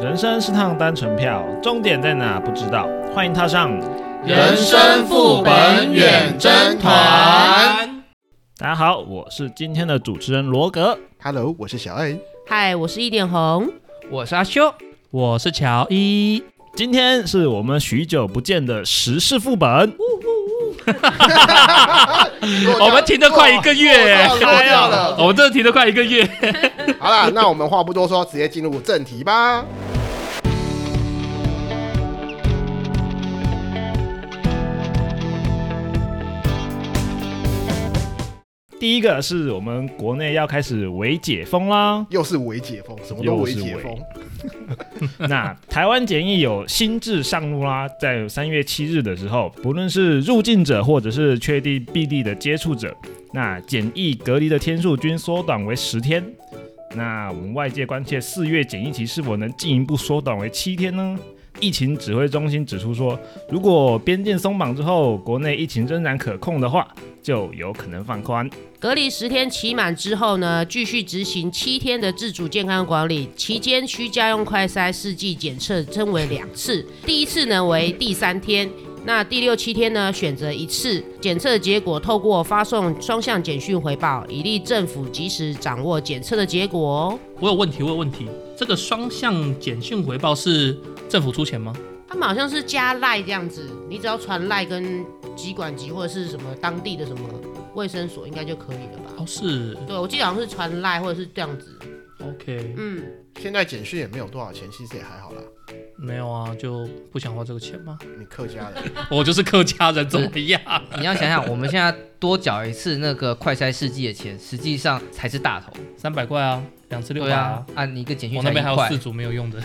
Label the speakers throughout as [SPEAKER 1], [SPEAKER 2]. [SPEAKER 1] 人生是趟单程票，终点在哪不知道，欢迎踏上。
[SPEAKER 2] 人生副本远征团。
[SPEAKER 1] 大家好，我是今天的主持人罗格。
[SPEAKER 3] Hello，我是小爱。
[SPEAKER 4] 嗨，我是一点红。
[SPEAKER 2] 我是阿修，
[SPEAKER 5] 我是乔伊，
[SPEAKER 1] 今天是我们许久不见的时事副本，
[SPEAKER 3] 我
[SPEAKER 5] 我们停了快一个月耶，
[SPEAKER 3] 落掉了落掉了
[SPEAKER 5] 我们真的停了快一个月。
[SPEAKER 3] 好啦，那我们话不多说，直接进入正题吧。
[SPEAKER 1] 第一个是我们国内要开始微解封啦。
[SPEAKER 3] 又是微解封，什么都微解封。
[SPEAKER 1] 那台湾检疫有新制上路啦，在三月七日的时候，不论是入境者或者是确定病例的接触者，那检疫隔离的天数均缩短为十天。那我们外界关切四月检疫期是否能进一步缩短为七天呢？疫情指挥中心指出说，如果边境松绑之后，国内疫情仍然可控的话，就有可能放宽。
[SPEAKER 4] 隔离十天期满之后呢，继续执行七天的自主健康管理，期间需家用快筛试剂检测称为两次，第一次呢为第三天。那第六七天呢，选择一次检测结果，透过发送双向简讯回报，以利政府及时掌握检测的结果哦。
[SPEAKER 5] 我有问题，我有问题。这个双向简讯回报是政府出钱吗？
[SPEAKER 4] 他们好像是加赖这样子，你只要传赖跟疾管局或者是什么当地的什么卫生所，应该就可以了吧？
[SPEAKER 5] 哦，是
[SPEAKER 4] 对，我记得好像是传赖或者是这样子。
[SPEAKER 5] OK，
[SPEAKER 4] 嗯，
[SPEAKER 3] 现在简讯也没有多少钱，其实也还好啦。
[SPEAKER 5] 没有啊，就不想花这个钱吗？
[SPEAKER 3] 你客家 的，
[SPEAKER 5] 我就是客家人，怎么样？
[SPEAKER 2] 你要想想，我们现在多缴一次那个快筛试剂的钱，实际上才是大头。
[SPEAKER 5] 三百块啊，两次六
[SPEAKER 2] 对
[SPEAKER 5] 百
[SPEAKER 2] 啊
[SPEAKER 5] 啊。，哎
[SPEAKER 2] 啊，你一个简讯
[SPEAKER 5] 我
[SPEAKER 2] 才
[SPEAKER 5] 那
[SPEAKER 2] 一
[SPEAKER 5] 边还有
[SPEAKER 2] 块
[SPEAKER 5] 四，组没有用的，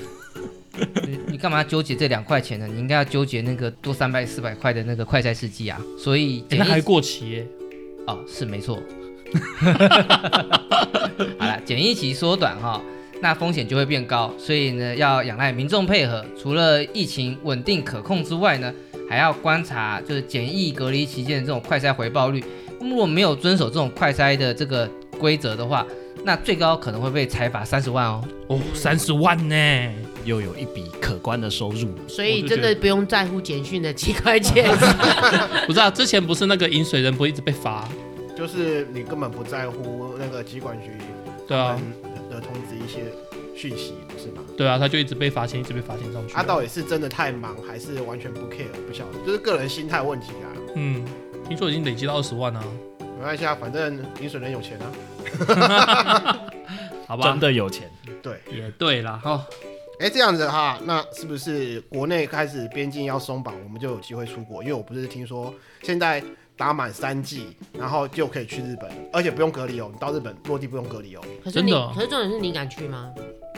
[SPEAKER 2] 你你干嘛纠结这两块钱呢？你应该要纠结那个多三百四百块的那个快筛试剂啊。所以
[SPEAKER 5] 欸
[SPEAKER 2] 简
[SPEAKER 5] 那还
[SPEAKER 2] 易
[SPEAKER 5] 过期耶。
[SPEAKER 2] 哦，是没错。 好了，检疫期缩短哈、那风险就会变高，所以呢，要仰赖民众配合。除了疫情稳定可控之外呢，还要观察就是检疫隔离期间的这种快筛回报率。如果没有遵守这种快筛的这个规则的话，那最高可能会被裁罚三十万哦。
[SPEAKER 5] 哦，三十万呢！
[SPEAKER 6] 又有一笔可观的收入。
[SPEAKER 4] 所以真的不用在乎简讯的几块 钱。
[SPEAKER 5] 不是啊，之前不是那个饮水人不一直被罚？
[SPEAKER 3] 就是你根本不在乎那个疾管局
[SPEAKER 5] 对啊，
[SPEAKER 3] 的通知一些讯息，不是吗？
[SPEAKER 5] 对啊，他就一直被罚钱，一直被罚钱上去。啊
[SPEAKER 3] 他到底是啊真的太忙，还是完全不 care？不晓得，就是个人心态问题啊。
[SPEAKER 5] 嗯，听说已经累积到二十万啊，
[SPEAKER 3] 没关系啊，反正饮水人有钱啊。
[SPEAKER 5] 好吧？
[SPEAKER 1] 真的有钱，
[SPEAKER 3] 对，
[SPEAKER 5] 也对啦，哈、
[SPEAKER 3] 哎，这样子哈，那是不是国内开始边境要松绑，我们就有机会出国？因为我不是听说现在打满三剂，然后就可以去日本，而且不用隔离哦，你到日本落地不用隔离哦。
[SPEAKER 4] 可是
[SPEAKER 5] 真
[SPEAKER 4] 你，
[SPEAKER 5] 的
[SPEAKER 4] 可是重点是你敢去吗？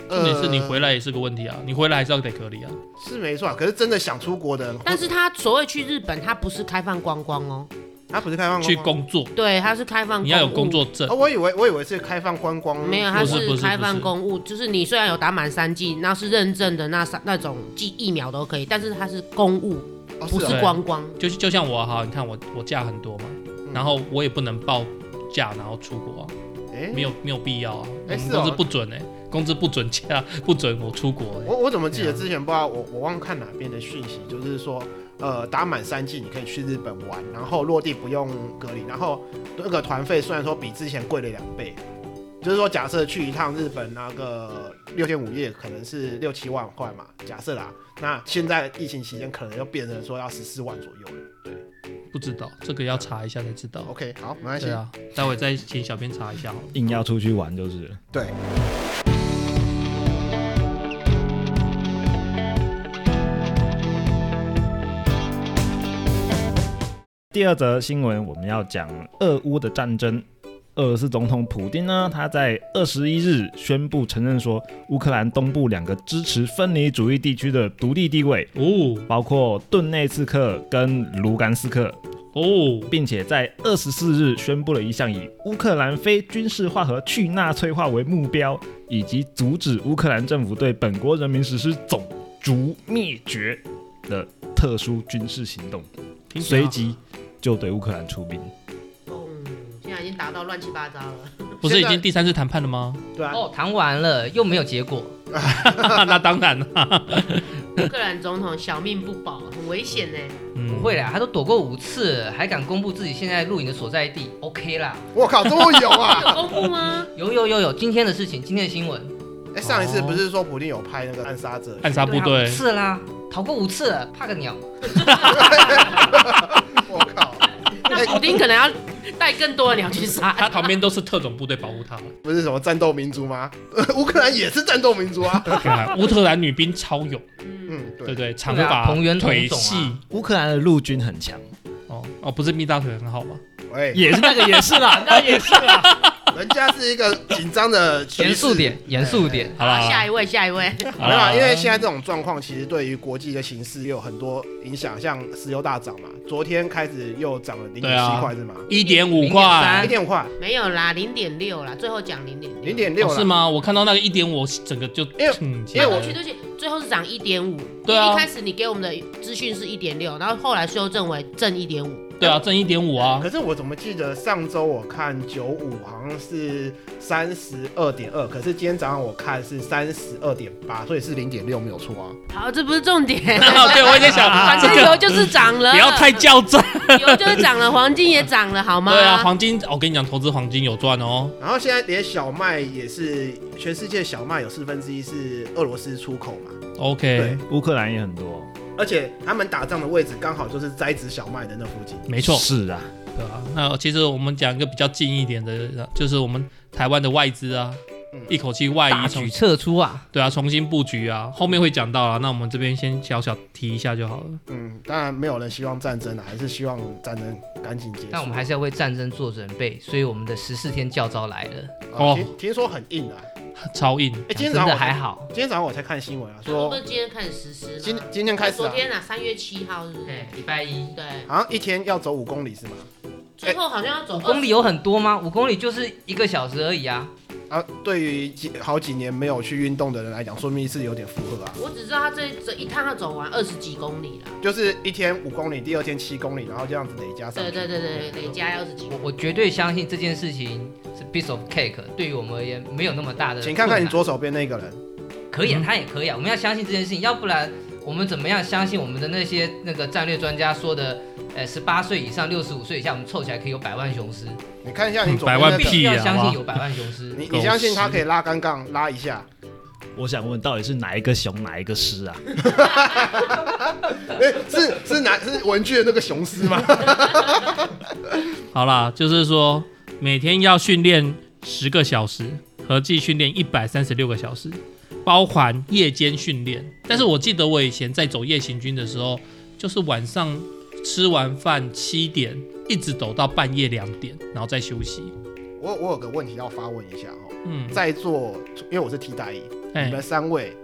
[SPEAKER 3] 呃
[SPEAKER 5] 重点是你回来也是个问题啊，你回来还是要得隔离啊。
[SPEAKER 3] 是没错啊，可是真的想出国的人，
[SPEAKER 4] 但是他所谓去日本，他不是开放观光哦，
[SPEAKER 3] 他不是开放观光
[SPEAKER 5] 去工作，
[SPEAKER 4] 对，他是开放
[SPEAKER 5] 你要有
[SPEAKER 4] 务
[SPEAKER 5] 工。作证
[SPEAKER 3] 哦，。我以为我以为是开放观光，
[SPEAKER 4] 没有，
[SPEAKER 5] 不
[SPEAKER 4] 他
[SPEAKER 5] 是不
[SPEAKER 4] 是
[SPEAKER 5] 是
[SPEAKER 4] 开
[SPEAKER 5] 不
[SPEAKER 4] 放
[SPEAKER 5] 是
[SPEAKER 4] 公务，就是你虽然有打满三剂，那是认证的那三那种剂疫苗都可以，但是它是公务，
[SPEAKER 3] 哦是
[SPEAKER 4] 不是
[SPEAKER 3] 哦
[SPEAKER 5] 对
[SPEAKER 4] 观光。
[SPEAKER 5] 就是就像我啊哈，你看我我假很多嘛，
[SPEAKER 3] 嗯
[SPEAKER 5] 然后我也不能报假然后出国啊，
[SPEAKER 3] 哎
[SPEAKER 5] 没，有没有必要啊，我
[SPEAKER 3] 哎
[SPEAKER 5] 们
[SPEAKER 3] 是哦
[SPEAKER 5] 公司不准哎、工资不准假， 不准我出国、欸。
[SPEAKER 3] 我我怎么记得之前
[SPEAKER 5] 啊
[SPEAKER 3] 不知道我我忘看哪边的讯息，就是说。呃，打满三剂你可以去日本玩，然后落地不用隔离，然后那个团费虽然说比之前贵了两倍，就是说假设去一趟日本那个六天五夜可能是六七万块嘛，假设啦，那现在疫情期间可能又变成说要十四万左右了。
[SPEAKER 5] 不知道这个要查一下才知道。
[SPEAKER 3] OK，好，哦没关系
[SPEAKER 5] 对。啊，待会再请小编查一下好了。
[SPEAKER 1] 硬要出去玩就是了。
[SPEAKER 3] 对。
[SPEAKER 1] 第二则新闻，我们要讲俄乌的战争。俄罗斯总统普京呢，他在二十一日宣布承认说，乌克兰东部两个支持分离主义地区的独立地位，
[SPEAKER 5] 哦
[SPEAKER 1] 包括顿内茨克跟卢甘斯克，
[SPEAKER 5] 哦，
[SPEAKER 1] 并且在二十四日宣布了一项以乌克兰非军事化和去纳粹化为目标，以及阻止乌克兰政府对本国人民实施种族灭绝的特殊军事行动，
[SPEAKER 5] 听啊起来
[SPEAKER 1] 随即就对乌克兰出兵。
[SPEAKER 5] 哦
[SPEAKER 4] 嗯，现在已经打到乱七八糟了。
[SPEAKER 5] 不是已
[SPEAKER 3] 现在
[SPEAKER 5] 经第三次谈判了吗？
[SPEAKER 3] 对啊，
[SPEAKER 2] 哦，谈完了又没有结果，
[SPEAKER 5] 那当然了，
[SPEAKER 4] 乌克兰总统小命不保，很危险呢。欸
[SPEAKER 5] 嗯
[SPEAKER 2] 不会啦，他都躲过五次了，还敢公布自己现在露营的所在地，OK 啦。
[SPEAKER 3] 我靠，终于有
[SPEAKER 4] 有
[SPEAKER 3] 啊！
[SPEAKER 4] 公布吗？
[SPEAKER 2] 有有有有，今天的事情，今天的新闻，
[SPEAKER 3] 哎，上一次不是说普丁有拍那个暗杀者？
[SPEAKER 5] 哦暗杀部
[SPEAKER 2] 对啊
[SPEAKER 5] 队
[SPEAKER 2] 五，次啦，逃过五次了，怕个鸟。
[SPEAKER 3] 我靠！哎
[SPEAKER 4] 那普丁可能要带更多的鸟去杀。
[SPEAKER 5] 他旁边都是特种部队保护他。
[SPEAKER 3] 不是什么战斗民族吗？ 乌克兰也是战斗民 族啊。
[SPEAKER 5] 乌克兰女兵超勇，
[SPEAKER 4] 嗯，
[SPEAKER 3] 嗯，
[SPEAKER 5] 对
[SPEAKER 3] 对
[SPEAKER 5] 不，对？长
[SPEAKER 2] 对啊
[SPEAKER 5] 发、
[SPEAKER 2] 彭元同
[SPEAKER 5] 腿
[SPEAKER 2] 种啊
[SPEAKER 5] 细，
[SPEAKER 1] 乌克兰的陆军很 强，
[SPEAKER 5] 哦哦，不是蜜大腿很好吗？
[SPEAKER 3] 喂，
[SPEAKER 1] 也是那个也是啦，那也
[SPEAKER 4] 啊
[SPEAKER 1] 是啦。
[SPEAKER 3] 人家是一个紧张的局势
[SPEAKER 2] 严肃。点，严肃点。
[SPEAKER 5] 好啦，
[SPEAKER 4] 下一位，下一位。
[SPEAKER 5] 好
[SPEAKER 3] 没有
[SPEAKER 5] 啦
[SPEAKER 3] 啊，因为现在这种状况，其实对于国际的形势也有很多影响，像石油大涨嘛，昨天开始又涨了零
[SPEAKER 5] 对
[SPEAKER 3] 点
[SPEAKER 5] 啊
[SPEAKER 3] 七块是吗？
[SPEAKER 5] 一点五
[SPEAKER 2] 0.3
[SPEAKER 5] 块
[SPEAKER 3] 一点五块，
[SPEAKER 4] 没有啦，零点六啦，最后讲零点
[SPEAKER 3] 零点六
[SPEAKER 5] 哦是？吗？我看到那个一点五，整个就
[SPEAKER 3] 为
[SPEAKER 5] 嗯起
[SPEAKER 3] 因为我
[SPEAKER 5] 来
[SPEAKER 4] 啊
[SPEAKER 5] 了
[SPEAKER 4] 对不起，对不起，最后是涨一点五。
[SPEAKER 5] 对啊
[SPEAKER 4] 一开始你给我们的资讯是一点六，然后后来修正为正一点五。
[SPEAKER 5] 对啊，挣一点五 啊，。
[SPEAKER 3] 可是我怎么记得上周我看九五好像是三十二点二，可是今天早上我看是三十二点八，所以是零点六没有错啊。
[SPEAKER 4] 好，这不是重 点
[SPEAKER 5] 对，我也在想
[SPEAKER 4] 反
[SPEAKER 5] 这
[SPEAKER 4] 正
[SPEAKER 5] 个
[SPEAKER 4] 油就是涨了，
[SPEAKER 5] 不要太较真。
[SPEAKER 4] 油就是涨了，黄金也涨了，好吗？
[SPEAKER 5] 对啊，黄金，我跟你讲，投资黄金有赚哦。
[SPEAKER 3] 然后现在连小麦也是，全世界小麦有四分之一是俄罗斯出口嘛，对
[SPEAKER 5] OK，
[SPEAKER 7] 乌克兰也很多，
[SPEAKER 3] 而且他们打仗的位置刚好就是栽植小麦的那附近。
[SPEAKER 5] 没错，
[SPEAKER 7] 是啊，
[SPEAKER 5] 对啊。那其实我们讲一个比较近一点的，就是我们台湾的外资啊
[SPEAKER 3] 嗯，
[SPEAKER 5] 一口气外
[SPEAKER 2] 大
[SPEAKER 5] 移
[SPEAKER 2] 举
[SPEAKER 5] 重，
[SPEAKER 2] 撤出啊！
[SPEAKER 5] 对啊，重新布局啊，后面会讲到啊。那我们这边先小小提一下就好了。
[SPEAKER 3] 嗯，当然没有人希望战争啊，还是希望战争赶紧结束。
[SPEAKER 2] 但我们还是要为战争做准备，所以我们的十四天教招来了，
[SPEAKER 3] 哦
[SPEAKER 5] 哦，
[SPEAKER 3] 听听说很硬啊。
[SPEAKER 5] 超硬，
[SPEAKER 3] 哎，今天
[SPEAKER 2] 真
[SPEAKER 3] 早上
[SPEAKER 2] 的
[SPEAKER 3] 我
[SPEAKER 2] 还
[SPEAKER 3] 才，
[SPEAKER 2] 好。
[SPEAKER 3] 今天早上我才看新闻啊，
[SPEAKER 4] 我
[SPEAKER 3] 说
[SPEAKER 4] 们今天开始实施吗？
[SPEAKER 3] 今今天开始
[SPEAKER 4] 昨
[SPEAKER 3] 啊，
[SPEAKER 4] 天啊，三月七号是不是
[SPEAKER 2] 哎？，礼拜一
[SPEAKER 4] 对，
[SPEAKER 3] 好像一天要走五公里是吗？
[SPEAKER 4] 最后好像要走
[SPEAKER 2] 五
[SPEAKER 5] 哦
[SPEAKER 2] 公里有很多吗？五公里就是一个小时而已啊。
[SPEAKER 3] 啊，对于几好几年没有去运动的人来讲，说明是有点负荷啊。
[SPEAKER 4] 我只知道他这这一趟要走完二十几公里啦。
[SPEAKER 3] 就是一天五公里，第二天七公里，然后这样子累加上
[SPEAKER 4] 对
[SPEAKER 3] 去。
[SPEAKER 4] 对对对，累加二十几公
[SPEAKER 2] 我
[SPEAKER 4] 里。
[SPEAKER 2] 我绝对相信这件事情是 piece of cake，对于我们而言没有那么大的困难。
[SPEAKER 3] 请看看你嗯左手边那个人，
[SPEAKER 2] 可以啊，他也可以啊。我们要相信这件事情，要不然我们怎么样相信我们的那些那个战略专家说的？呃，十八岁以上、六十五岁以下，我们凑起来可以有百万雄师。
[SPEAKER 3] 你看一下你左
[SPEAKER 5] 百
[SPEAKER 3] 边那
[SPEAKER 5] 万
[SPEAKER 3] 个，
[SPEAKER 5] 屁
[SPEAKER 2] 要
[SPEAKER 5] 啊
[SPEAKER 2] 相信有百万雄师。
[SPEAKER 3] 你你相信他可以拉杆杠拉一下？
[SPEAKER 1] 我想问，到底是哪一个熊哪一个狮啊？
[SPEAKER 3] 哎，是是哪是文具的那个雄狮吗？
[SPEAKER 5] 好啦，就是说每天要训练十个小时，合计训练一百三十六个小时，包含夜间训练。但是我记得我以前在走夜行军的时候，就是晚上吃完饭七点，一直走到半夜两点，然后再休息。
[SPEAKER 3] 我我有个问题要发问一下哦，
[SPEAKER 5] 嗯，
[SPEAKER 3] 在座因为我是替代役，你
[SPEAKER 5] 哎、
[SPEAKER 3] 们三位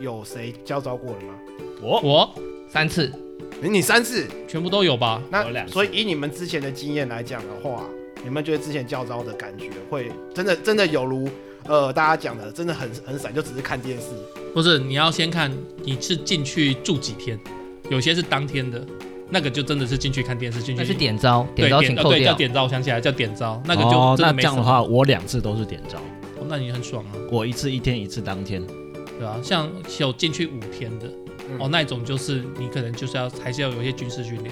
[SPEAKER 3] 有谁教招过了吗？
[SPEAKER 1] 哦
[SPEAKER 7] 我
[SPEAKER 5] 我
[SPEAKER 2] 三次，
[SPEAKER 5] 嗯
[SPEAKER 3] 你你三次，
[SPEAKER 5] 全部都有吧？
[SPEAKER 1] 我
[SPEAKER 3] 那
[SPEAKER 1] 两次
[SPEAKER 3] 所以以你们之前的经验来讲的话，你们觉得之前教招的感觉会真的真的有如呃大家讲的，真的很很散，就只是看电视。
[SPEAKER 5] 不是，你要先看你是进去住几天，有些是当天的，那个就真的是进去看电视，进去
[SPEAKER 2] 那是点招，
[SPEAKER 5] 对
[SPEAKER 2] 点招请
[SPEAKER 5] 呃
[SPEAKER 2] 扣
[SPEAKER 5] 对叫
[SPEAKER 2] 掉。
[SPEAKER 5] 点招，我想起来叫点招，那
[SPEAKER 1] 那
[SPEAKER 5] 个就真
[SPEAKER 1] 哦那
[SPEAKER 5] 的没
[SPEAKER 1] 这
[SPEAKER 5] 什
[SPEAKER 1] 样
[SPEAKER 5] 么。
[SPEAKER 1] 的话，我两次都是点招，
[SPEAKER 5] 哦那你很爽啊，
[SPEAKER 1] 我一次一天，一次当天。
[SPEAKER 5] 对吧、像有进去五天的，
[SPEAKER 3] 嗯
[SPEAKER 5] 哦，那一种就是你可能就是要还是要有一些军事训练，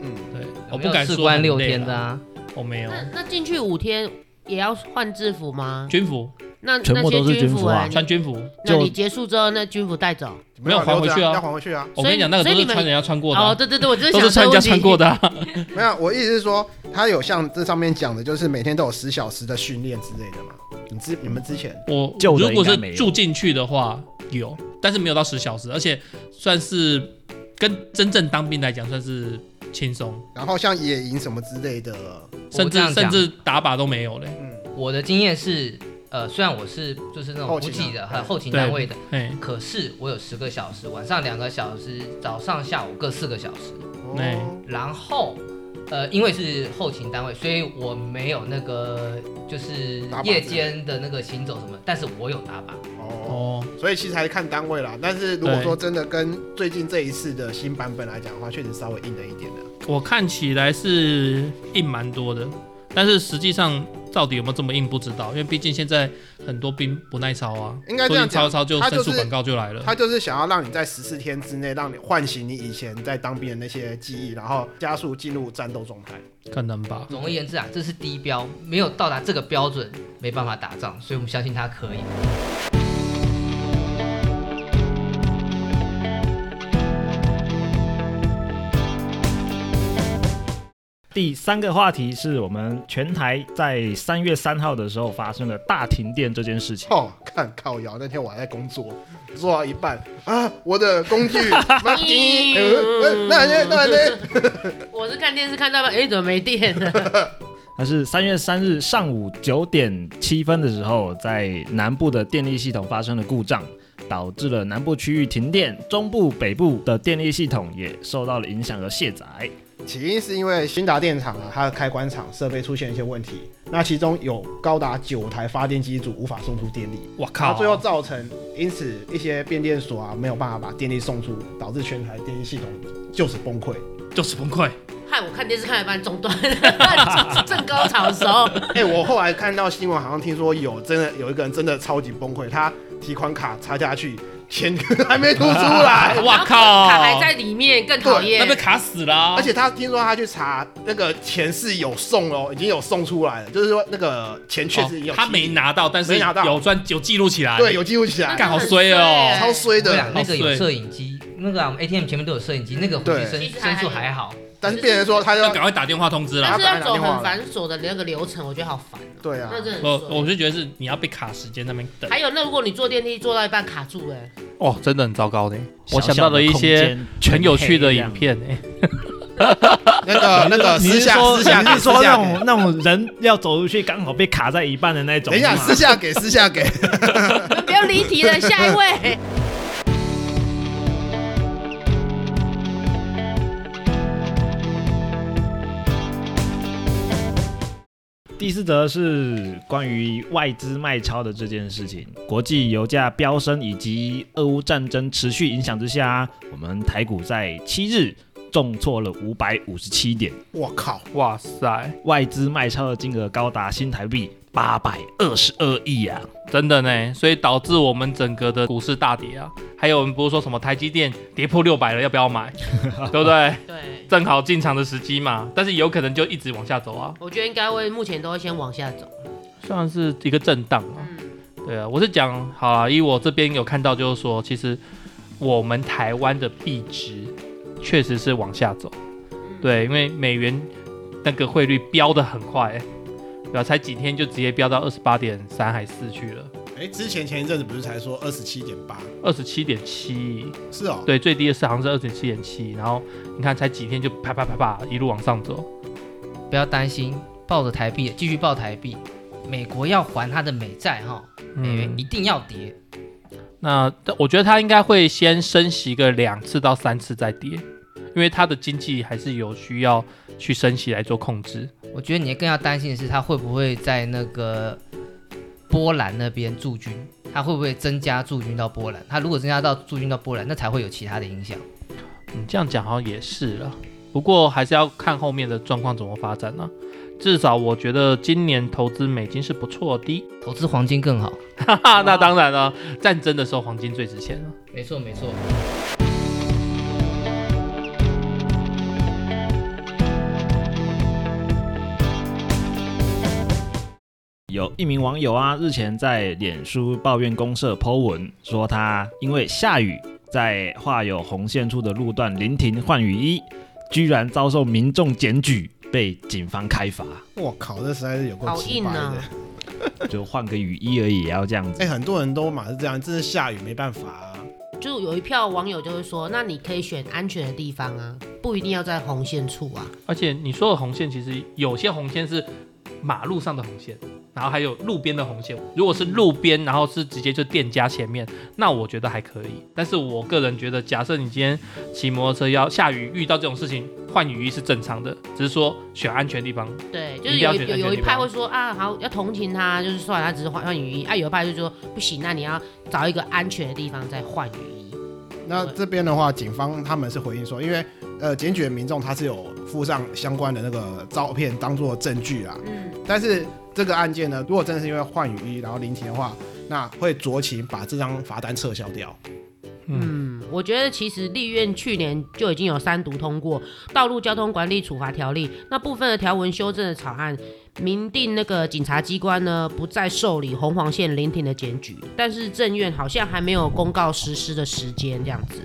[SPEAKER 3] 嗯，
[SPEAKER 5] 对，
[SPEAKER 2] 我
[SPEAKER 5] 我
[SPEAKER 2] 们
[SPEAKER 5] 不
[SPEAKER 2] 有
[SPEAKER 5] 敢
[SPEAKER 2] 士
[SPEAKER 5] 说
[SPEAKER 2] 官
[SPEAKER 5] 很
[SPEAKER 2] 六
[SPEAKER 5] 累
[SPEAKER 2] 天的
[SPEAKER 5] 啦，
[SPEAKER 2] 啊，
[SPEAKER 5] 我没有
[SPEAKER 4] 那那进去五天也要换制服吗？
[SPEAKER 5] 军服，
[SPEAKER 4] 那
[SPEAKER 1] 全部
[SPEAKER 4] 那些
[SPEAKER 1] 都是军服啊
[SPEAKER 4] 哎
[SPEAKER 5] 穿军服，
[SPEAKER 4] 那
[SPEAKER 1] 就
[SPEAKER 4] 你结束之后，那军服带走。
[SPEAKER 5] 没有还
[SPEAKER 3] 留着
[SPEAKER 5] 回去啊
[SPEAKER 3] 要还回去啊。
[SPEAKER 5] 我跟你讲，那个
[SPEAKER 4] 所以
[SPEAKER 5] 都
[SPEAKER 4] 你
[SPEAKER 5] 是
[SPEAKER 4] 们
[SPEAKER 5] 穿人家穿过的啊、
[SPEAKER 4] 哦，对对对，我就是
[SPEAKER 5] 都
[SPEAKER 4] 想
[SPEAKER 5] 是穿人家穿过
[SPEAKER 4] 的。
[SPEAKER 5] 的、啊，
[SPEAKER 3] 没有，我意思是说，他有像这上面讲的，就是每天都有十小时的训练之类的嘛。你之你们之前
[SPEAKER 5] 我
[SPEAKER 1] 旧的
[SPEAKER 5] 如
[SPEAKER 1] 应
[SPEAKER 5] 果是
[SPEAKER 1] 该没有
[SPEAKER 5] 住进去的话有，但是没有到十小时，而且算是跟真正当兵来讲算是轻松，
[SPEAKER 3] 然后像野营什么之类的，
[SPEAKER 5] 甚
[SPEAKER 2] 我这
[SPEAKER 5] 至
[SPEAKER 2] 样
[SPEAKER 5] 甚
[SPEAKER 2] 讲
[SPEAKER 5] 至打靶都没有嘞。
[SPEAKER 3] 嗯，
[SPEAKER 2] 我的经验是，呃，虽然我是就是那种
[SPEAKER 3] 后
[SPEAKER 2] 补
[SPEAKER 3] 勤啊
[SPEAKER 2] 给的和
[SPEAKER 3] 对
[SPEAKER 2] 后勤单位的，
[SPEAKER 5] 哎，
[SPEAKER 2] 可是我有十个小时，晚上两个小时，早上下午各四个小时。
[SPEAKER 5] 哎
[SPEAKER 3] 哦，
[SPEAKER 2] 然后，呃，因为是后勤单位，所以我没有那个就是
[SPEAKER 3] 打靶
[SPEAKER 2] 夜间的那个行走什么，但是我有打靶。
[SPEAKER 3] 哦，
[SPEAKER 5] 哦，
[SPEAKER 3] 所以其实还是看单位啦。但是如果
[SPEAKER 5] 对
[SPEAKER 3] 说真的跟最近这一次的新版本来讲的话，确实稍微硬了一点的。
[SPEAKER 5] 我看起来是硬蛮多的，但是实际上
[SPEAKER 8] 到底有没有这么硬不知道，因为毕竟现在很多兵不耐操啊，
[SPEAKER 3] 应该
[SPEAKER 8] 所
[SPEAKER 3] 这样
[SPEAKER 8] 以
[SPEAKER 3] 讲
[SPEAKER 8] 操一操就
[SPEAKER 3] 他就
[SPEAKER 8] 申
[SPEAKER 3] 是
[SPEAKER 8] 诉广告就来了。
[SPEAKER 3] 他就是想要让你在十四天之内，让你唤醒你以前在当兵的那些记忆，然后加速进入战斗状态。
[SPEAKER 8] 可能吧。
[SPEAKER 2] 总而言之啊，这是低标，没有到达这个标准，没办法打仗，所以我们相信他可以。
[SPEAKER 1] 第三个话题是我们全台在三月三号的时候发生了大停电这件事情。
[SPEAKER 3] 哦，看靠摇，那天我还在工作，做到一半啊，我的工具，妈滴呃呃那那那那，
[SPEAKER 4] 我是看电视看到吧，哎，怎么没电了？
[SPEAKER 1] 它是三月三日上午九点七分的时候，在南部的电力系统发生了故障，导致了南部区域停电，中部、北部的电力系统也受到了影响而卸载。
[SPEAKER 3] 起因是因为新达电厂啊，它的开关厂设备出现一些问题，那其中有高达九台发电机组无法送出电力，
[SPEAKER 8] 我
[SPEAKER 3] 然
[SPEAKER 8] 靠，
[SPEAKER 3] 后最后造成因此一些变电所啊没有办法把电力送出，导致全台电力系统就此崩溃。
[SPEAKER 8] 就是崩溃。
[SPEAKER 4] 害我看电视看到一半中断了， 正高潮的时候，
[SPEAKER 3] 哎、我后来看到新闻，好像听说有真的有一个人真的超级崩溃，他提款卡插下去，钱 还没吐出来，
[SPEAKER 8] 哇靠，
[SPEAKER 4] 卡还在里面，更讨厌
[SPEAKER 8] 那。被卡死了啊、
[SPEAKER 3] 而且他听说他去查那个钱是有送哦，已经有送出来了，就是说那个钱确实已经有、
[SPEAKER 8] 哦他没。拿到，但是
[SPEAKER 3] 没拿到
[SPEAKER 8] 有专有记录起来。
[SPEAKER 3] 对，，有记录起来，
[SPEAKER 8] 干好衰哦
[SPEAKER 4] 欸
[SPEAKER 3] 超衰
[SPEAKER 2] 对啊，
[SPEAKER 3] 的。
[SPEAKER 2] 那个
[SPEAKER 8] 好
[SPEAKER 2] 有
[SPEAKER 8] 碎
[SPEAKER 2] 摄影机，那个、啊、我们 ATM 前面都有摄影机，那个回
[SPEAKER 3] 对
[SPEAKER 2] 去申
[SPEAKER 4] 其实还
[SPEAKER 2] 申诉还好。
[SPEAKER 3] 但是变成说他
[SPEAKER 8] 要
[SPEAKER 3] 要
[SPEAKER 8] 赶快打电话通知啦
[SPEAKER 4] 但。是要走很繁琐的那个流程，我觉得好烦哦、
[SPEAKER 3] 对啊
[SPEAKER 4] 那，真的
[SPEAKER 8] 我
[SPEAKER 4] 很
[SPEAKER 8] 我
[SPEAKER 4] 衰。
[SPEAKER 8] 就觉得是你要被卡时间那边等，
[SPEAKER 4] 还有，那如果你坐电梯坐到一半卡住、欸，
[SPEAKER 5] 哦，真的很糟糕呢。我
[SPEAKER 6] 小
[SPEAKER 5] 想
[SPEAKER 6] 小
[SPEAKER 5] 到
[SPEAKER 6] 的
[SPEAKER 5] 了一
[SPEAKER 6] 空
[SPEAKER 5] 些
[SPEAKER 6] 间
[SPEAKER 5] 很有趣的
[SPEAKER 6] 黑暗
[SPEAKER 5] 影片诶，
[SPEAKER 3] 那个那个
[SPEAKER 1] 你是
[SPEAKER 3] 私下
[SPEAKER 1] 说
[SPEAKER 3] 私下
[SPEAKER 1] 你是
[SPEAKER 3] 给私
[SPEAKER 1] 说那
[SPEAKER 3] 下
[SPEAKER 1] 种
[SPEAKER 3] 给，
[SPEAKER 1] 那种人要走出去刚好被卡在一半的那种？
[SPEAKER 3] 等一下
[SPEAKER 1] 是吗
[SPEAKER 3] 私下给私下给。
[SPEAKER 4] 哎，你们不要离题了，下一位。
[SPEAKER 1] 第四则是关于外资卖超的这件事情。国际油价飙升以及俄乌战争持续影响之下，我们台股在七日重挫了五百五十七点，
[SPEAKER 3] 我靠，
[SPEAKER 5] 哇塞，
[SPEAKER 1] 外资卖超的金额高达新台币八百二十二亿啊！
[SPEAKER 5] 真的呢，所以导致我们整个的股市大跌啊。还有我们不是说什么台积电跌破六百了，要不 要买？对不对？
[SPEAKER 4] 对，
[SPEAKER 5] 正好进场的时机嘛，但是有可能就一直往下走啊，
[SPEAKER 4] 我觉得应该会目前都会先往下走。
[SPEAKER 5] 算是一个震荡啊。
[SPEAKER 4] 嗯，
[SPEAKER 5] 对啊，我是讲好啊，以我这边有看到就是说，其实我们台湾的币值确实是往下走，
[SPEAKER 4] 嗯，
[SPEAKER 1] 啊
[SPEAKER 5] 对，因为美元那个汇率飙得很快、欸，对啊，才几天就直接飙到二十八点三还四去了，
[SPEAKER 3] 哎，之前前一阵子不是才说二十七点八？
[SPEAKER 5] 二十七点七，
[SPEAKER 3] 是哦，
[SPEAKER 5] 对，最低的是好像是二十七点七，然后你看才几天就啪啪啪啪一路往上走，
[SPEAKER 2] 不要担心，抱着台币继续抱台币，美国要还他的美债哈，美元一定要跌。
[SPEAKER 5] 那我觉得它应该会先升息个两次到三次再跌，因为它的经济还是有需要去升息来做控制。
[SPEAKER 2] 我觉得你更要担心的是，他会不会在那个波兰那边驻军？他会不会增加驻军到波兰？他如果增加到驻军到波兰，那才会有其他的影响。
[SPEAKER 5] 你嗯这样讲好像也是了，不过还是要看后面的状况怎么发展呢、至少我觉得今年投资美金是不错的，
[SPEAKER 2] 投资黄金更好。
[SPEAKER 5] 哈哈。那当然了，战争的时候黄金最值钱了。
[SPEAKER 2] 没错，没错。
[SPEAKER 1] 有一名网友啊，日前在脸书抱怨公社 Po 文，说他因为下雨，在画有红线处的路段临停换雨衣，居然遭受民众检举，被警方开罚，
[SPEAKER 3] 我靠，这实在是有够
[SPEAKER 4] 好
[SPEAKER 3] 鸡
[SPEAKER 4] 硬
[SPEAKER 3] 掰
[SPEAKER 4] 啊
[SPEAKER 3] 的。！
[SPEAKER 1] 就换个雨衣而已，也要这样子
[SPEAKER 3] 哎、。很多人都嘛是这样，真是下雨没办法、啊。
[SPEAKER 4] 就有一票网友就会说，那你可以选安全的地方啊，不一定要在红线处啊。
[SPEAKER 5] 而且你说的红线，其实有些红线是马路上的红线，然后还有路边的红线。如果是路边，然后是直接就店家前面，那我觉得还可以。但是我个人觉得，假设你今天骑摩托车要下雨遇到这种事情，换雨衣是正常的，只是说选安全地方。
[SPEAKER 4] 对，就是
[SPEAKER 5] 一定要
[SPEAKER 4] 有
[SPEAKER 5] 选
[SPEAKER 4] 有
[SPEAKER 5] 安全
[SPEAKER 4] 有一
[SPEAKER 5] 地
[SPEAKER 4] 派
[SPEAKER 5] 方
[SPEAKER 4] 会说啊，好要同情他，就是算了，他只是换换雨衣；啊，有一派就说不行，那你要找一个安全的地方再换雨衣。
[SPEAKER 3] 那这边的话，警方他们是回应说，因为呃检举的民众他是有附上相关的那个照片当做证据啊，
[SPEAKER 4] 嗯，
[SPEAKER 3] 但是这个案件呢，如果真的是因为换雨衣然后临停的话，那会酌情把这张罚单撤销掉。
[SPEAKER 4] 嗯，我觉得其实立院去年就已经有三读通过《道路交通管理处罚条例》那部分的条文修正的草案，明定那个警察机关呢不再受理红黄线临停的检举，但是政院好像还没有公告实施的时间这样子。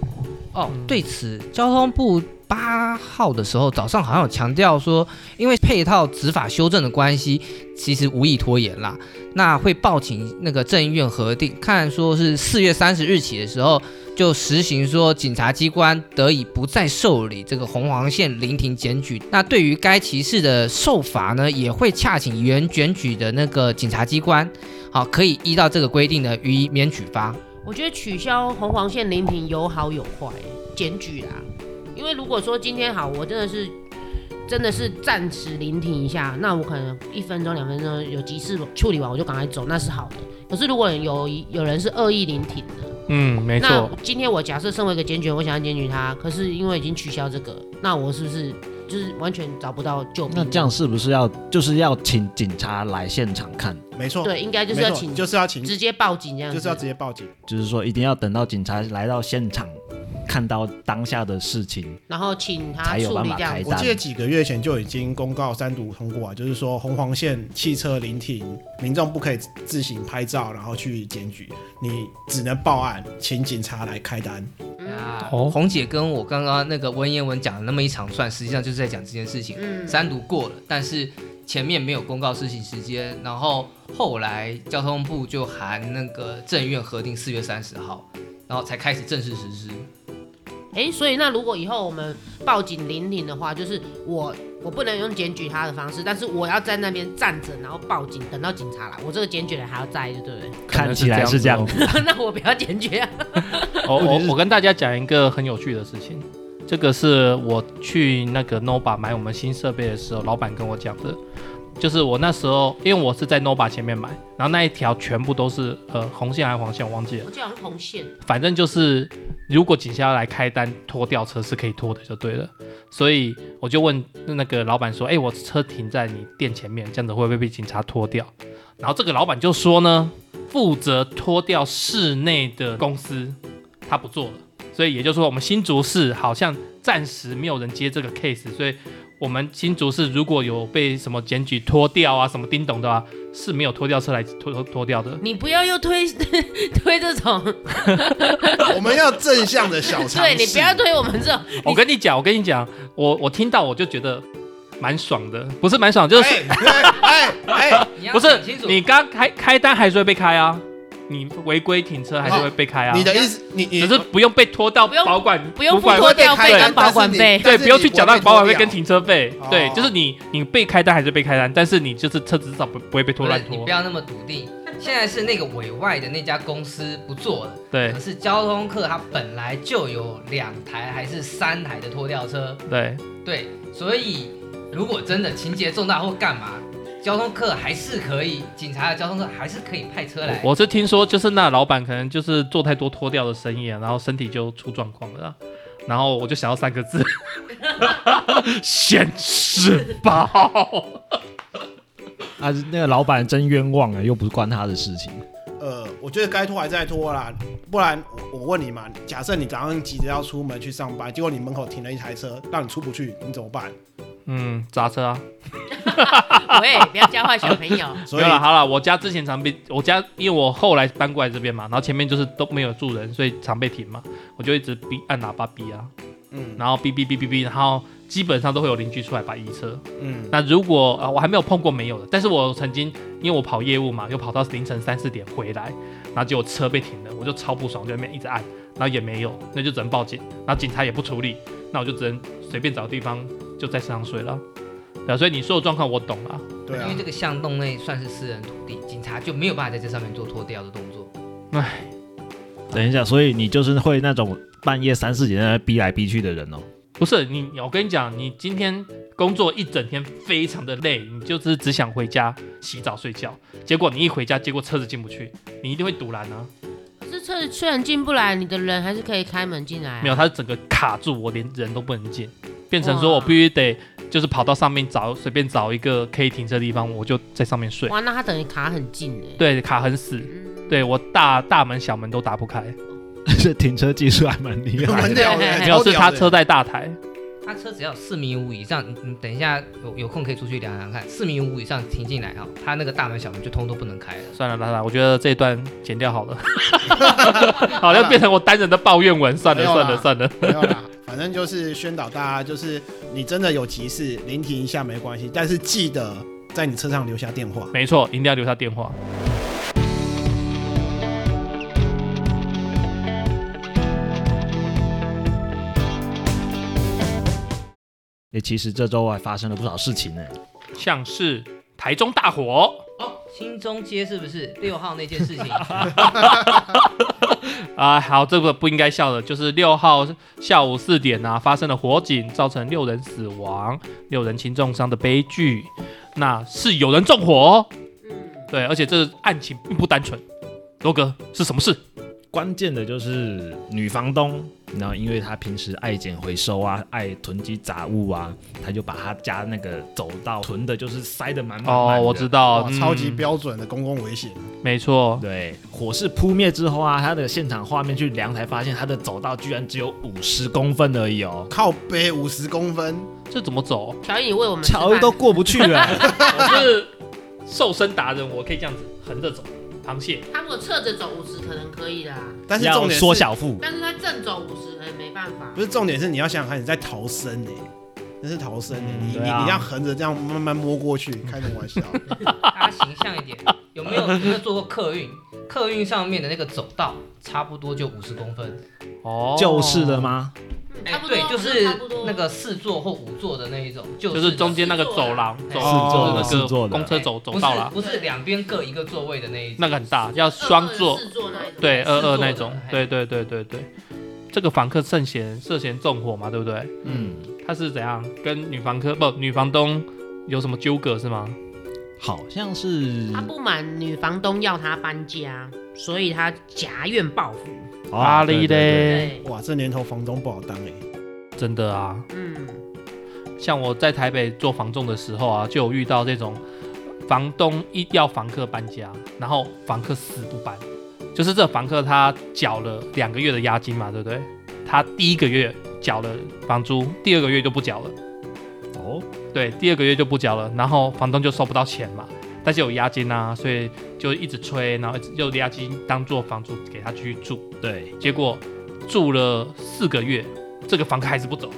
[SPEAKER 2] 哦，对此，交通部八号的时候早上好像有强调说，因为配套执法修正的关系，其实无意拖延啦。那会报请那个政院核定，看说是四月三十日起的时候就实行说警察机关得以不再受理这个红黄线临停检举。那对于该歧视的受罚呢，也会洽请原检举的那个警察机关，好，可以依照这个规定呢予以免举发。
[SPEAKER 4] 我觉得取消红黄线临停有好有坏，检举啦。啊因为如果说今天好，我真的是真的是暂时临停一下，那我可能一分钟、两分钟有急事处理完我就赶快走，那是好的。可是如果有有人是恶意临停的，
[SPEAKER 5] 嗯，没
[SPEAKER 4] 那
[SPEAKER 5] 错，
[SPEAKER 4] 今天我假设身为一个检举人，我想要检举他，可是因为已经取消这个，那我是不是就是完全找不到救
[SPEAKER 6] 那
[SPEAKER 4] 兵？
[SPEAKER 6] 这样是不是要就是要请警察来现场看？
[SPEAKER 3] 没错，
[SPEAKER 4] 对，应该
[SPEAKER 3] 没
[SPEAKER 4] 就
[SPEAKER 3] 错，
[SPEAKER 4] 是要请，
[SPEAKER 3] 就是要请，
[SPEAKER 4] 直接报警这样子，
[SPEAKER 3] 就是要直接报警。
[SPEAKER 6] 就是说一定要等到警察来到现场，看到当下的事情。
[SPEAKER 4] 然后请他
[SPEAKER 6] 才有
[SPEAKER 4] 处
[SPEAKER 6] 办
[SPEAKER 4] 理
[SPEAKER 6] 法
[SPEAKER 4] 这样
[SPEAKER 6] 开
[SPEAKER 4] 子。
[SPEAKER 3] 我记得几个月前就已经公告三读通过啊，就是说红黄线汽车临停，民众不可以自行拍照，然后去检举，你只能报案，请警察来开单。
[SPEAKER 2] 啊，
[SPEAKER 5] 哦
[SPEAKER 2] 红姐跟我刚刚那个文言文讲的那么一长串，实际上就是在讲这件事情。
[SPEAKER 4] 嗯
[SPEAKER 2] 三读过了，但是前面没有公告施行时间，然后后来交通部就函那个政院核定四月三十号，然后才开始正式实施。
[SPEAKER 4] 哎、所以那如果以后我们报警临停的话，就是我我不能用检举他的方式，但是我要在那边站着，然后报警，等到警察来，我这个检举人还要在，对不对？
[SPEAKER 5] 可
[SPEAKER 6] 看
[SPEAKER 5] 能
[SPEAKER 6] 起来是这样
[SPEAKER 5] 哦
[SPEAKER 6] 子，
[SPEAKER 4] 那我不要检举啊。
[SPEAKER 5] 我我我跟大家讲一个很有趣的事情，这个是我去那个 Nova 买我们新设备的时候，老板跟我讲的。就是我那时候，因为我是在 Nova 前面买，然后那一条全部都是呃红线还是黄线，我忘记了
[SPEAKER 4] 我。记得好像红线，
[SPEAKER 5] 反正就是如果警校来开单拖吊车是可以拖的就对了。所以我就问那个老板说：“哎、我车停在你店前面，这样子会不会被警察拖掉？”然后这个老板就说呢，负责拖掉室内的公司他不做了，所以也就是说我们新竹市好像暂时没有人接这个 case，所以。我们新竹市如果有被什么检举拖掉啊，什么叮咚的啊，是没有拖吊车来拖拖拖掉的。
[SPEAKER 4] 你不要又推 推这种，
[SPEAKER 3] 我们要正向的小尝
[SPEAKER 4] 对
[SPEAKER 3] 试。
[SPEAKER 4] 你不要推我们这种。
[SPEAKER 5] 我跟你讲，我跟你讲，我我听到我就觉得蛮爽的，不是蛮爽，就是、
[SPEAKER 3] 哎哎哎哎，
[SPEAKER 2] 你要
[SPEAKER 5] 不是
[SPEAKER 2] 讲清楚
[SPEAKER 5] 你刚开开单还是会被开啊，你违规停车还是会被开啊，
[SPEAKER 3] 哦你的意思，你你
[SPEAKER 5] 只是不用被拖到
[SPEAKER 4] 不用
[SPEAKER 5] 保管
[SPEAKER 4] 不用
[SPEAKER 5] 主管
[SPEAKER 4] 付拖吊费跟保管费
[SPEAKER 5] 对，不用去缴到保管费跟
[SPEAKER 3] 停。
[SPEAKER 5] 停车费
[SPEAKER 3] 哦，
[SPEAKER 5] 对，就是你你被开单还是被开单，但是你就是车子至少不不会被拖
[SPEAKER 2] 不
[SPEAKER 5] 乱
[SPEAKER 2] 是你
[SPEAKER 5] 拖
[SPEAKER 2] 不，要那么笃定。现在是那个委外的那家公司不做了，
[SPEAKER 5] 对
[SPEAKER 2] 可是交通课它本来就有两台还是三台的拖吊车，
[SPEAKER 5] 对，
[SPEAKER 2] 对，所以如果真的情节重大或干嘛，交通课还是可以，警察的交通课还是可以派车来。
[SPEAKER 5] 我我是听说，就是那老板可能就是做太多脱掉的生意啊，然后身体就出状况了啊、然后我就想要三个 字，现实报。
[SPEAKER 6] 啊，那个老板真冤枉啊，又不是关他的事情。
[SPEAKER 3] 呃，我觉得该拖还是在拖啦，不然我我问你嘛，假设你早上急着要出门去上班，结果你门口停了一台车，让你出不去，你怎么办？
[SPEAKER 5] 嗯，砸车啊！
[SPEAKER 4] 喂，不要教坏小朋友。
[SPEAKER 3] 所
[SPEAKER 5] 没
[SPEAKER 3] 以
[SPEAKER 5] 有了，好了，我家之前常被我家，因为我后来搬过来这边嘛，然后前面就是都没有住人，所以常被停嘛，我就一直逼按喇叭逼啊，
[SPEAKER 3] 嗯
[SPEAKER 5] 然后哔哔哔哔哔，然后基本上都会有邻居出来把移车。
[SPEAKER 3] 嗯，
[SPEAKER 5] 那如果啊、呃我还没有碰过没有的，但是我曾经因为我跑业务嘛，又跑到凌晨三四点回来，然后结果车被停了，我就超不爽，就在那边一直按，然后也没有，那就只能报警，然后警察也不处理，那我就只能随便找地方就在车上睡了。对啊，所以你说的状况我懂啊，
[SPEAKER 3] 对
[SPEAKER 2] 因
[SPEAKER 3] 啊
[SPEAKER 2] 为，这个巷弄内算是私人土地，警察就没有办法在这上面做脱掉的动作。
[SPEAKER 6] 等一下，所以你就是会那种半夜三四点在那逼来逼去的人哦。
[SPEAKER 5] 不是你，我跟你讲，你今天工作一整天非常的累，你就是只想回家洗澡睡觉，结果你一回家，结果车子进不去，你一定会堵拦啊。
[SPEAKER 4] 可是车子虽然进不来，你的
[SPEAKER 3] 嗯
[SPEAKER 4] 人还是可以开门进来、啊。
[SPEAKER 5] 没有，它是整个卡住，我连人都不能进，变成说
[SPEAKER 4] 哇
[SPEAKER 5] 我必须得就是跑到上面找随便找一个可以停车的地方，我就在上面睡。
[SPEAKER 4] 哇，那他等于卡很近哎。
[SPEAKER 5] 对，卡很死，
[SPEAKER 4] 嗯，
[SPEAKER 5] 对我大大门小门都打不开，
[SPEAKER 6] 这停车技术还蛮厉 害
[SPEAKER 3] 蛮
[SPEAKER 6] 的。
[SPEAKER 3] 屌的，
[SPEAKER 4] 对
[SPEAKER 5] 没有
[SPEAKER 3] 哎超
[SPEAKER 5] 是
[SPEAKER 3] 屌
[SPEAKER 5] 他
[SPEAKER 3] 的
[SPEAKER 5] 车在大台，
[SPEAKER 2] 他车只要四米五以上，你你等一下有有空可以出去量量看，四米五以上停进来哈，他那个大门小门就通都不能开了。
[SPEAKER 5] 算了算了，我觉得这一段剪掉好了， 好像变成我单人的抱怨文，算了
[SPEAKER 3] 没有啦
[SPEAKER 5] 算了算了，
[SPEAKER 3] 没有啦，反正就是宣导大家，就是你真的有急事，聆听一下没关系，但是记得在你车上留下电话。
[SPEAKER 5] 没错，一定要留下电话。
[SPEAKER 6] 哎，其实这周还发生了不少事情呢。
[SPEAKER 5] 像是台中大火，
[SPEAKER 2] 新中街是不是六号那件 事情？
[SPEAKER 5] 啊、好，这个不应该笑的，就是六号下午四点啊，发生了火警，造成六人死亡、六人轻重伤的悲剧。那是有人纵火、哦，对，而且这案情并不单纯。罗哥是什么事？
[SPEAKER 6] 关键的就是女房东，然后因为她平时爱捡回收啊，爱囤积杂物啊，她就把她家那个走道囤的，就是塞得满满满
[SPEAKER 5] 哦，
[SPEAKER 6] 的
[SPEAKER 5] 我知道，
[SPEAKER 3] 哇，
[SPEAKER 5] 嗯
[SPEAKER 3] 超级，标准的公共危险，
[SPEAKER 5] 没错，
[SPEAKER 6] 对，火势扑灭之后啊，她的现场画面去量才发现，她的走道居然只有五十公分而已 哦，
[SPEAKER 3] 靠背五十公分，
[SPEAKER 5] 这怎么走？
[SPEAKER 4] 乔伊，你为我们
[SPEAKER 6] 桥都过不去了。
[SPEAKER 5] 我 是瘦身达人，我可以这样子横着走，螃蟹。
[SPEAKER 4] 他如果侧着走五十可能可以啦，
[SPEAKER 3] 但是
[SPEAKER 6] 要
[SPEAKER 3] 重点
[SPEAKER 6] 缩
[SPEAKER 3] 是，
[SPEAKER 6] 小 腹，
[SPEAKER 4] 但是他正走五十可哎能没办法
[SPEAKER 3] 不。是重点是你要想想看你在逃生呢、欸，那是逃生、欸，
[SPEAKER 5] 嗯
[SPEAKER 3] 你、
[SPEAKER 6] 对
[SPEAKER 3] 你
[SPEAKER 6] 啊
[SPEAKER 3] 你这样横着这样慢慢摸过去，开什么 玩笑？
[SPEAKER 2] 大家形象一点，有没有有没有做过客运？客运上面的那个走道差不多就五十公分，
[SPEAKER 5] 哦
[SPEAKER 6] 就是的？吗？
[SPEAKER 4] 嗯
[SPEAKER 2] 哎
[SPEAKER 4] 差不多
[SPEAKER 2] 对，就
[SPEAKER 4] 差不
[SPEAKER 2] 是
[SPEAKER 4] 多
[SPEAKER 2] 那个四座或五座的那一种，就
[SPEAKER 5] 就是中间那个走廊，
[SPEAKER 2] 是
[SPEAKER 5] 走
[SPEAKER 2] 的
[SPEAKER 5] 廊
[SPEAKER 6] 是
[SPEAKER 5] 就是
[SPEAKER 6] 的
[SPEAKER 5] 那个公车
[SPEAKER 2] 哎
[SPEAKER 5] 走走
[SPEAKER 2] 不是
[SPEAKER 5] 道啦，
[SPEAKER 2] 不是两边各一个座位的那一种。
[SPEAKER 5] 那个很大，要双座
[SPEAKER 4] 二人，四座那一种
[SPEAKER 5] 对，
[SPEAKER 2] 四
[SPEAKER 5] 二二
[SPEAKER 2] 座
[SPEAKER 5] 那
[SPEAKER 2] 的
[SPEAKER 5] 种，
[SPEAKER 2] 嘿
[SPEAKER 5] 对对对对对。这个房客涉嫌涉嫌纵火嘛，对不对？
[SPEAKER 6] 嗯，
[SPEAKER 5] 他是怎样跟女房客不女房东有什么纠葛是吗？
[SPEAKER 6] 好像是
[SPEAKER 4] 他不满女房东要他搬家，所以他夹怨报复。
[SPEAKER 6] 啊
[SPEAKER 5] 阿里嘞，
[SPEAKER 4] 对，
[SPEAKER 3] 哇，这年头房东不好当哎、
[SPEAKER 5] 真的啊，
[SPEAKER 4] 嗯，
[SPEAKER 5] 像我在台北做房仲的时候啊，就有遇到这种房东一要房客搬家，然后房客死不搬，就是这房客他缴了两个月的押金嘛，对不对？他第一个月缴了房租，第二个月就不缴了，
[SPEAKER 6] 哦，
[SPEAKER 5] 对，第二个月就不缴了，然后房东就收不到钱嘛，但是有押金啊，所以就一直催，然后一直就押金当做房租给他继续住，
[SPEAKER 6] 对，
[SPEAKER 5] 结果住了四个月，这个房客还是不走，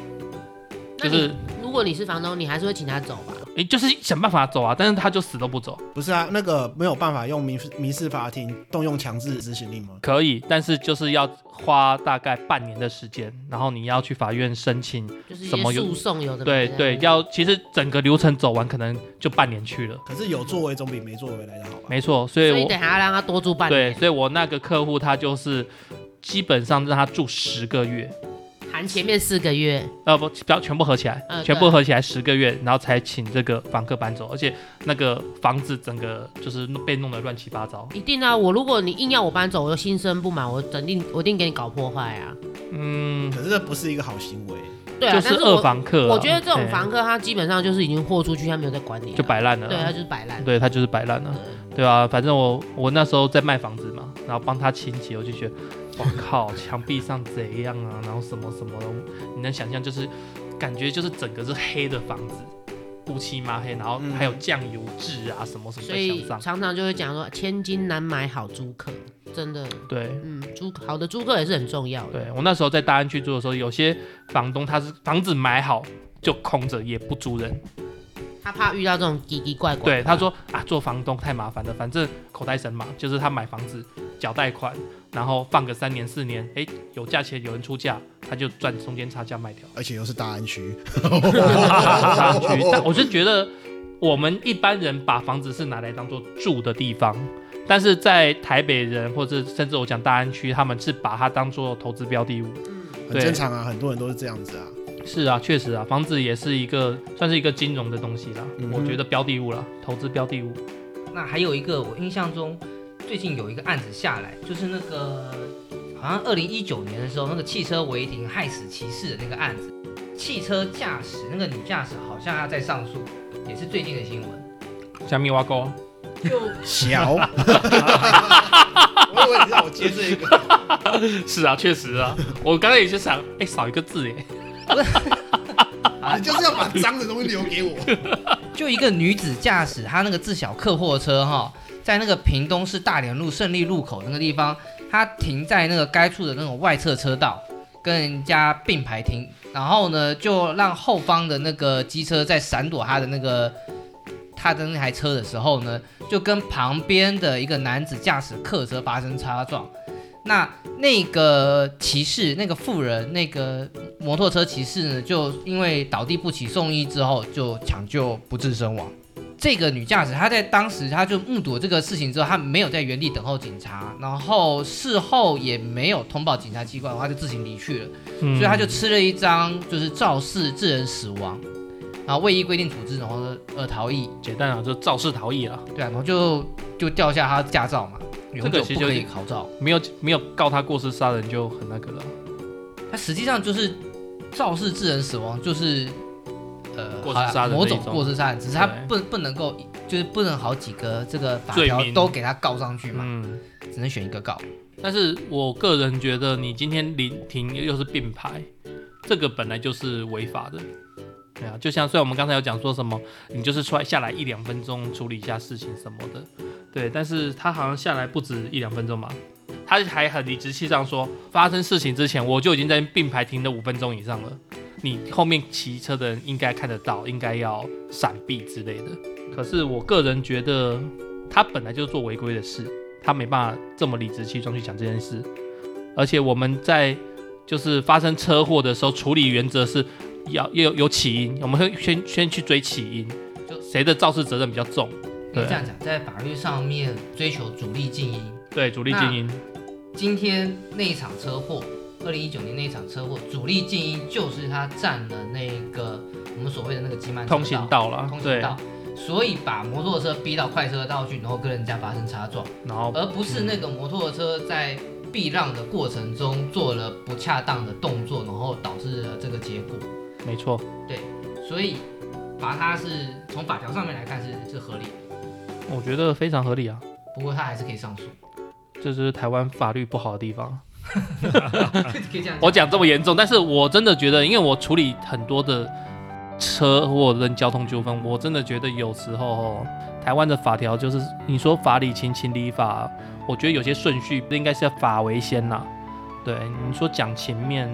[SPEAKER 4] 那
[SPEAKER 5] 就
[SPEAKER 4] 你
[SPEAKER 5] 是
[SPEAKER 4] 如果你是房东，你还是会请他走吧？
[SPEAKER 5] 诶，就是想办法走啊，但是他就死都不走。
[SPEAKER 3] 不是啊，那个没有办法用民事民事法庭动用强制执行令吗？
[SPEAKER 5] 可以，但是就是要花大概半年的时间，然后你要去法院申请。
[SPEAKER 4] 就是一
[SPEAKER 5] 什么
[SPEAKER 4] 些
[SPEAKER 5] 有
[SPEAKER 4] 诉讼有的没
[SPEAKER 5] 对
[SPEAKER 4] 的
[SPEAKER 5] 对，要其实整个流程走完，可能就半年去了。
[SPEAKER 3] 可是有作为总比没作为来的好吧？啊
[SPEAKER 5] 没错，所以
[SPEAKER 4] 所以
[SPEAKER 5] 我
[SPEAKER 4] 得还要让他多住半
[SPEAKER 5] 对，
[SPEAKER 4] 年，
[SPEAKER 5] 所以我那个客户他就是基本上让他住十个月，
[SPEAKER 4] 含前面四个月，
[SPEAKER 5] 呃不，不要全部合起来，
[SPEAKER 4] 嗯
[SPEAKER 5] 全
[SPEAKER 4] 对
[SPEAKER 5] 部合起来十个月，然后才请这个房客搬走，而且那个房子整个就是被弄得乱七八糟。
[SPEAKER 4] 一定啊！我如果你硬要我搬走，我就心生不满，我肯定我一定给你搞破坏啊！
[SPEAKER 5] 嗯，
[SPEAKER 3] 可是这不是一个好行为，
[SPEAKER 4] 对啊，
[SPEAKER 5] 就
[SPEAKER 4] 但是
[SPEAKER 5] 二
[SPEAKER 4] 我
[SPEAKER 5] 房客啊、
[SPEAKER 4] 我觉得这种
[SPEAKER 5] 嘿
[SPEAKER 4] 房客他基本上就是已经豁出去，他没有在管你了，
[SPEAKER 5] 就摆烂了啊，
[SPEAKER 4] 对，他就是摆烂。
[SPEAKER 5] 对他就是摆烂啊，对啊，反正我我那时候在卖房子嘛，然后帮他清洁，我就觉得，哇靠，墙壁上怎样啊，然后什么什么的，你能想象就是，感觉就是整个是黑的房子，乌漆嘛黑，然后
[SPEAKER 3] 嗯
[SPEAKER 5] 还有酱油渍啊什么什么
[SPEAKER 4] 所
[SPEAKER 5] 在
[SPEAKER 4] 以
[SPEAKER 5] 墙上，嗯
[SPEAKER 4] 常常就会讲说，千金难买好租客，真的，
[SPEAKER 5] 对。
[SPEAKER 4] 嗯，租好的租客也是很重要的。
[SPEAKER 5] 对我那时候在大安区住的时候，有些房东他是房子买好就空着，也不租人。
[SPEAKER 4] 他怕遇到这种奇奇怪怪。
[SPEAKER 5] 对，他，说啊，做房东太麻烦了，反正口袋神嘛，就是他买房子缴贷款，然后放个三年四年，哎，有价钱有人出价，他就赚中间差价卖掉。
[SPEAKER 3] 而且又是大 安区，
[SPEAKER 5] 上去， 但我是觉得我们一般人把房子是拿来当做住的地方，但是在台北人或者甚至我讲大安区，他们是把它当做投资标的物。
[SPEAKER 3] 很正常啊，很多人都是这样子啊。
[SPEAKER 5] 是啊，确实啊，房子也是一个算是一个金融的东西啦，
[SPEAKER 3] 嗯哼
[SPEAKER 5] 我觉得标的物啦，投资标的物。
[SPEAKER 2] 那还有一个，我印象中最近有一个案子下来，就是那个好像二零一九年的时候，那个汽车违停害死骑士的那个案子，汽车驾驶那个女驾驶好像她在上诉，也是最近的新闻。
[SPEAKER 5] 加密挖沟，啊
[SPEAKER 2] 就
[SPEAKER 3] 小，我以为你让我接这个，
[SPEAKER 5] 是啊，确实啊， 我刚才也是想，哎、少一个字哎，
[SPEAKER 9] 啊
[SPEAKER 3] 你就是要把脏的东西留给我。
[SPEAKER 2] 就一个女子驾驶她那个自小客货车哈、在那个屏东市大连路胜利路口那个地方，她停在那个该处的那种外侧车道，跟人家并排停，然后呢就让后方的那个机车在闪躲她的那个她的那台车的时候呢，就跟旁边的一个男子驾驶客车发生擦撞。那那个骑士，那个富人，那个摩托车骑士呢，就因为倒地不起送医之后，就抢救不治身亡。这个女驾驶她在当时她就目睹这个事情之后，她没有在原地等候警察，然后事后也没有通报警察机关，她就自行离去了，
[SPEAKER 5] 嗯
[SPEAKER 2] 所以她就吃了一张就是肇事致人死亡，然后未依规定处置，然后呃逃逸，
[SPEAKER 5] 简单啊，就肇事逃逸了，
[SPEAKER 2] 对啊，然后就就掉下她的驾照嘛，永
[SPEAKER 5] 这
[SPEAKER 2] 久
[SPEAKER 5] 个其实
[SPEAKER 2] 不可
[SPEAKER 5] 有
[SPEAKER 2] 以
[SPEAKER 5] 点
[SPEAKER 2] 考照。
[SPEAKER 5] 没有没有告他过失杀人就很那个了，
[SPEAKER 2] 它实际上就是肇事致人死亡，就是呃
[SPEAKER 5] 过失杀人
[SPEAKER 2] 好啦
[SPEAKER 5] 的
[SPEAKER 2] 某
[SPEAKER 5] 一
[SPEAKER 2] 种
[SPEAKER 5] 种啊
[SPEAKER 2] 过失杀人，只是他
[SPEAKER 5] 对
[SPEAKER 2] 不不能够就是不能好几个这个法
[SPEAKER 5] 罪
[SPEAKER 2] 条
[SPEAKER 5] 名
[SPEAKER 2] 都给他告上去嘛，
[SPEAKER 5] 嗯。
[SPEAKER 2] 只能选一个告。
[SPEAKER 5] 但是我个人觉得，你今天临停又是并排，这个本来就是违法的。对啊，就像虽然我们刚才有讲说什么，你就是出来下来一两分钟处理一下事情什么的，对，但是他好像下来不止一两分钟嘛，他还很理直气壮说，发生事情之前我就已经在并排停了五分钟以上了，你后面骑车的人应该看得到，应该要闪避之类的。可是我个人觉得，他本来就是做违规的事，他没办法这么理直气壮去讲这件事。而且我们在就是发生车祸的时候，处理原则是要要有有起因，我们会先先去追起因，就谁的肇事责任比较重。
[SPEAKER 2] 因
[SPEAKER 5] 对
[SPEAKER 2] 为这样讲，在法律上面追求主力静音。
[SPEAKER 5] 对，主力
[SPEAKER 2] 那
[SPEAKER 5] 精英，
[SPEAKER 2] 今天那一场车祸，二零一九年那一场车祸，主力静音就是他占了那个我们所谓的那个急慢车
[SPEAKER 5] 通行道啦，
[SPEAKER 2] 通行
[SPEAKER 5] 对，
[SPEAKER 2] 道，所以把摩托车逼到快车道去，然后跟人家发生擦撞。
[SPEAKER 5] 然后
[SPEAKER 2] 而不是那个摩托车在避让的过程中做了不恰当的动作，然后导致了这个结果。
[SPEAKER 5] 没错，
[SPEAKER 2] 所以罚他是从法条上面来看是是合理的，
[SPEAKER 5] 我觉得非常合理啊，
[SPEAKER 2] 不过他还是可以上诉，
[SPEAKER 5] 这就是台湾法律不好的地方。
[SPEAKER 2] 可以这样。
[SPEAKER 5] 我讲这么严重，但是我真的觉得，因为我处理很多的车祸跟交通纠纷，我真的觉得有时候哦台湾的法条就是你说法理情，情理法，我觉得有些顺序应该是要法为先啦。对，你说讲前面，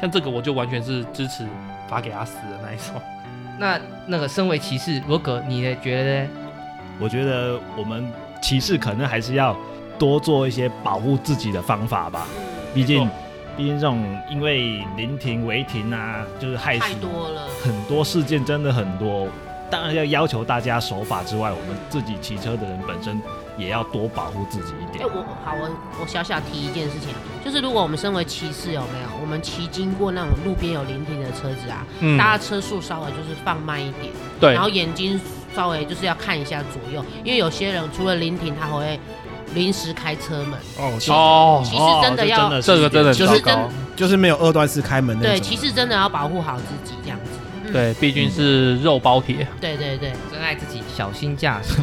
[SPEAKER 5] 像这个我就完全是支持罚给他死的那一种。
[SPEAKER 2] 那那个身为骑士，罗格，你的觉得呢？
[SPEAKER 6] 我觉得我们骑士可能还是要多做一些保护自己的方法吧，毕
[SPEAKER 5] 没
[SPEAKER 6] 竟嗯
[SPEAKER 5] 错，
[SPEAKER 6] 毕竟这种因为临停、违停啊，就是害死
[SPEAKER 4] 太多了。
[SPEAKER 6] 很多事件真的很多。当然要要求大家守法之外，我们自己骑车的人本身也要多保护自己一
[SPEAKER 4] 哎、
[SPEAKER 6] 点。
[SPEAKER 5] 哦
[SPEAKER 4] 我好，我我小小提一件事情啊，就是如果我们身为骑士有没有，我们骑经过那种路边有临停的车子啊，
[SPEAKER 5] 嗯
[SPEAKER 4] 大家车速稍微就是放慢一点，
[SPEAKER 5] 对
[SPEAKER 4] 然后眼睛稍微就是要看一下左右，因为有些人除了临停，他还会临时开车门，
[SPEAKER 3] 哦，
[SPEAKER 5] 哦
[SPEAKER 4] 其实真的要、
[SPEAKER 5] 这个真的
[SPEAKER 4] 就
[SPEAKER 5] 很
[SPEAKER 4] 是
[SPEAKER 5] 糟
[SPEAKER 4] 真
[SPEAKER 5] 糕。
[SPEAKER 3] 就是没有二段式开门那
[SPEAKER 4] 对，
[SPEAKER 3] 种。
[SPEAKER 4] 骑士真的要保护好自己这样子。嗯，
[SPEAKER 5] 对，毕竟是肉包铁。
[SPEAKER 4] 对对对，
[SPEAKER 2] 珍爱自己，小心驾驶。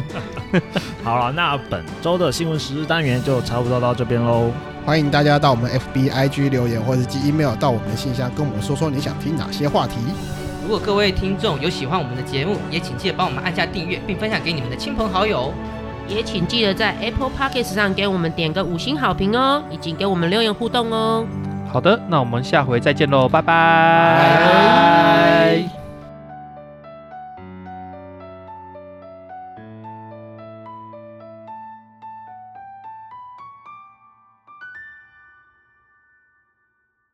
[SPEAKER 6] 好了，那本周的新闻时事单元就差不多到这边喽。
[SPEAKER 9] 欢迎大家到我们 FB、IG 留言，或者是寄 email 到我们的信箱，跟我们说说你想听哪些话题。
[SPEAKER 2] 如果各位听众有喜欢我们的节目，也请记得帮我们按下订阅，并分享给你们的亲朋好友哦。
[SPEAKER 4] 也请记得在 Apple Podcast 上给我们点个五星好评哦，以及给我们留言互动哦。
[SPEAKER 5] 好的，那我们下回再见喽，拜拜。
[SPEAKER 4] 拜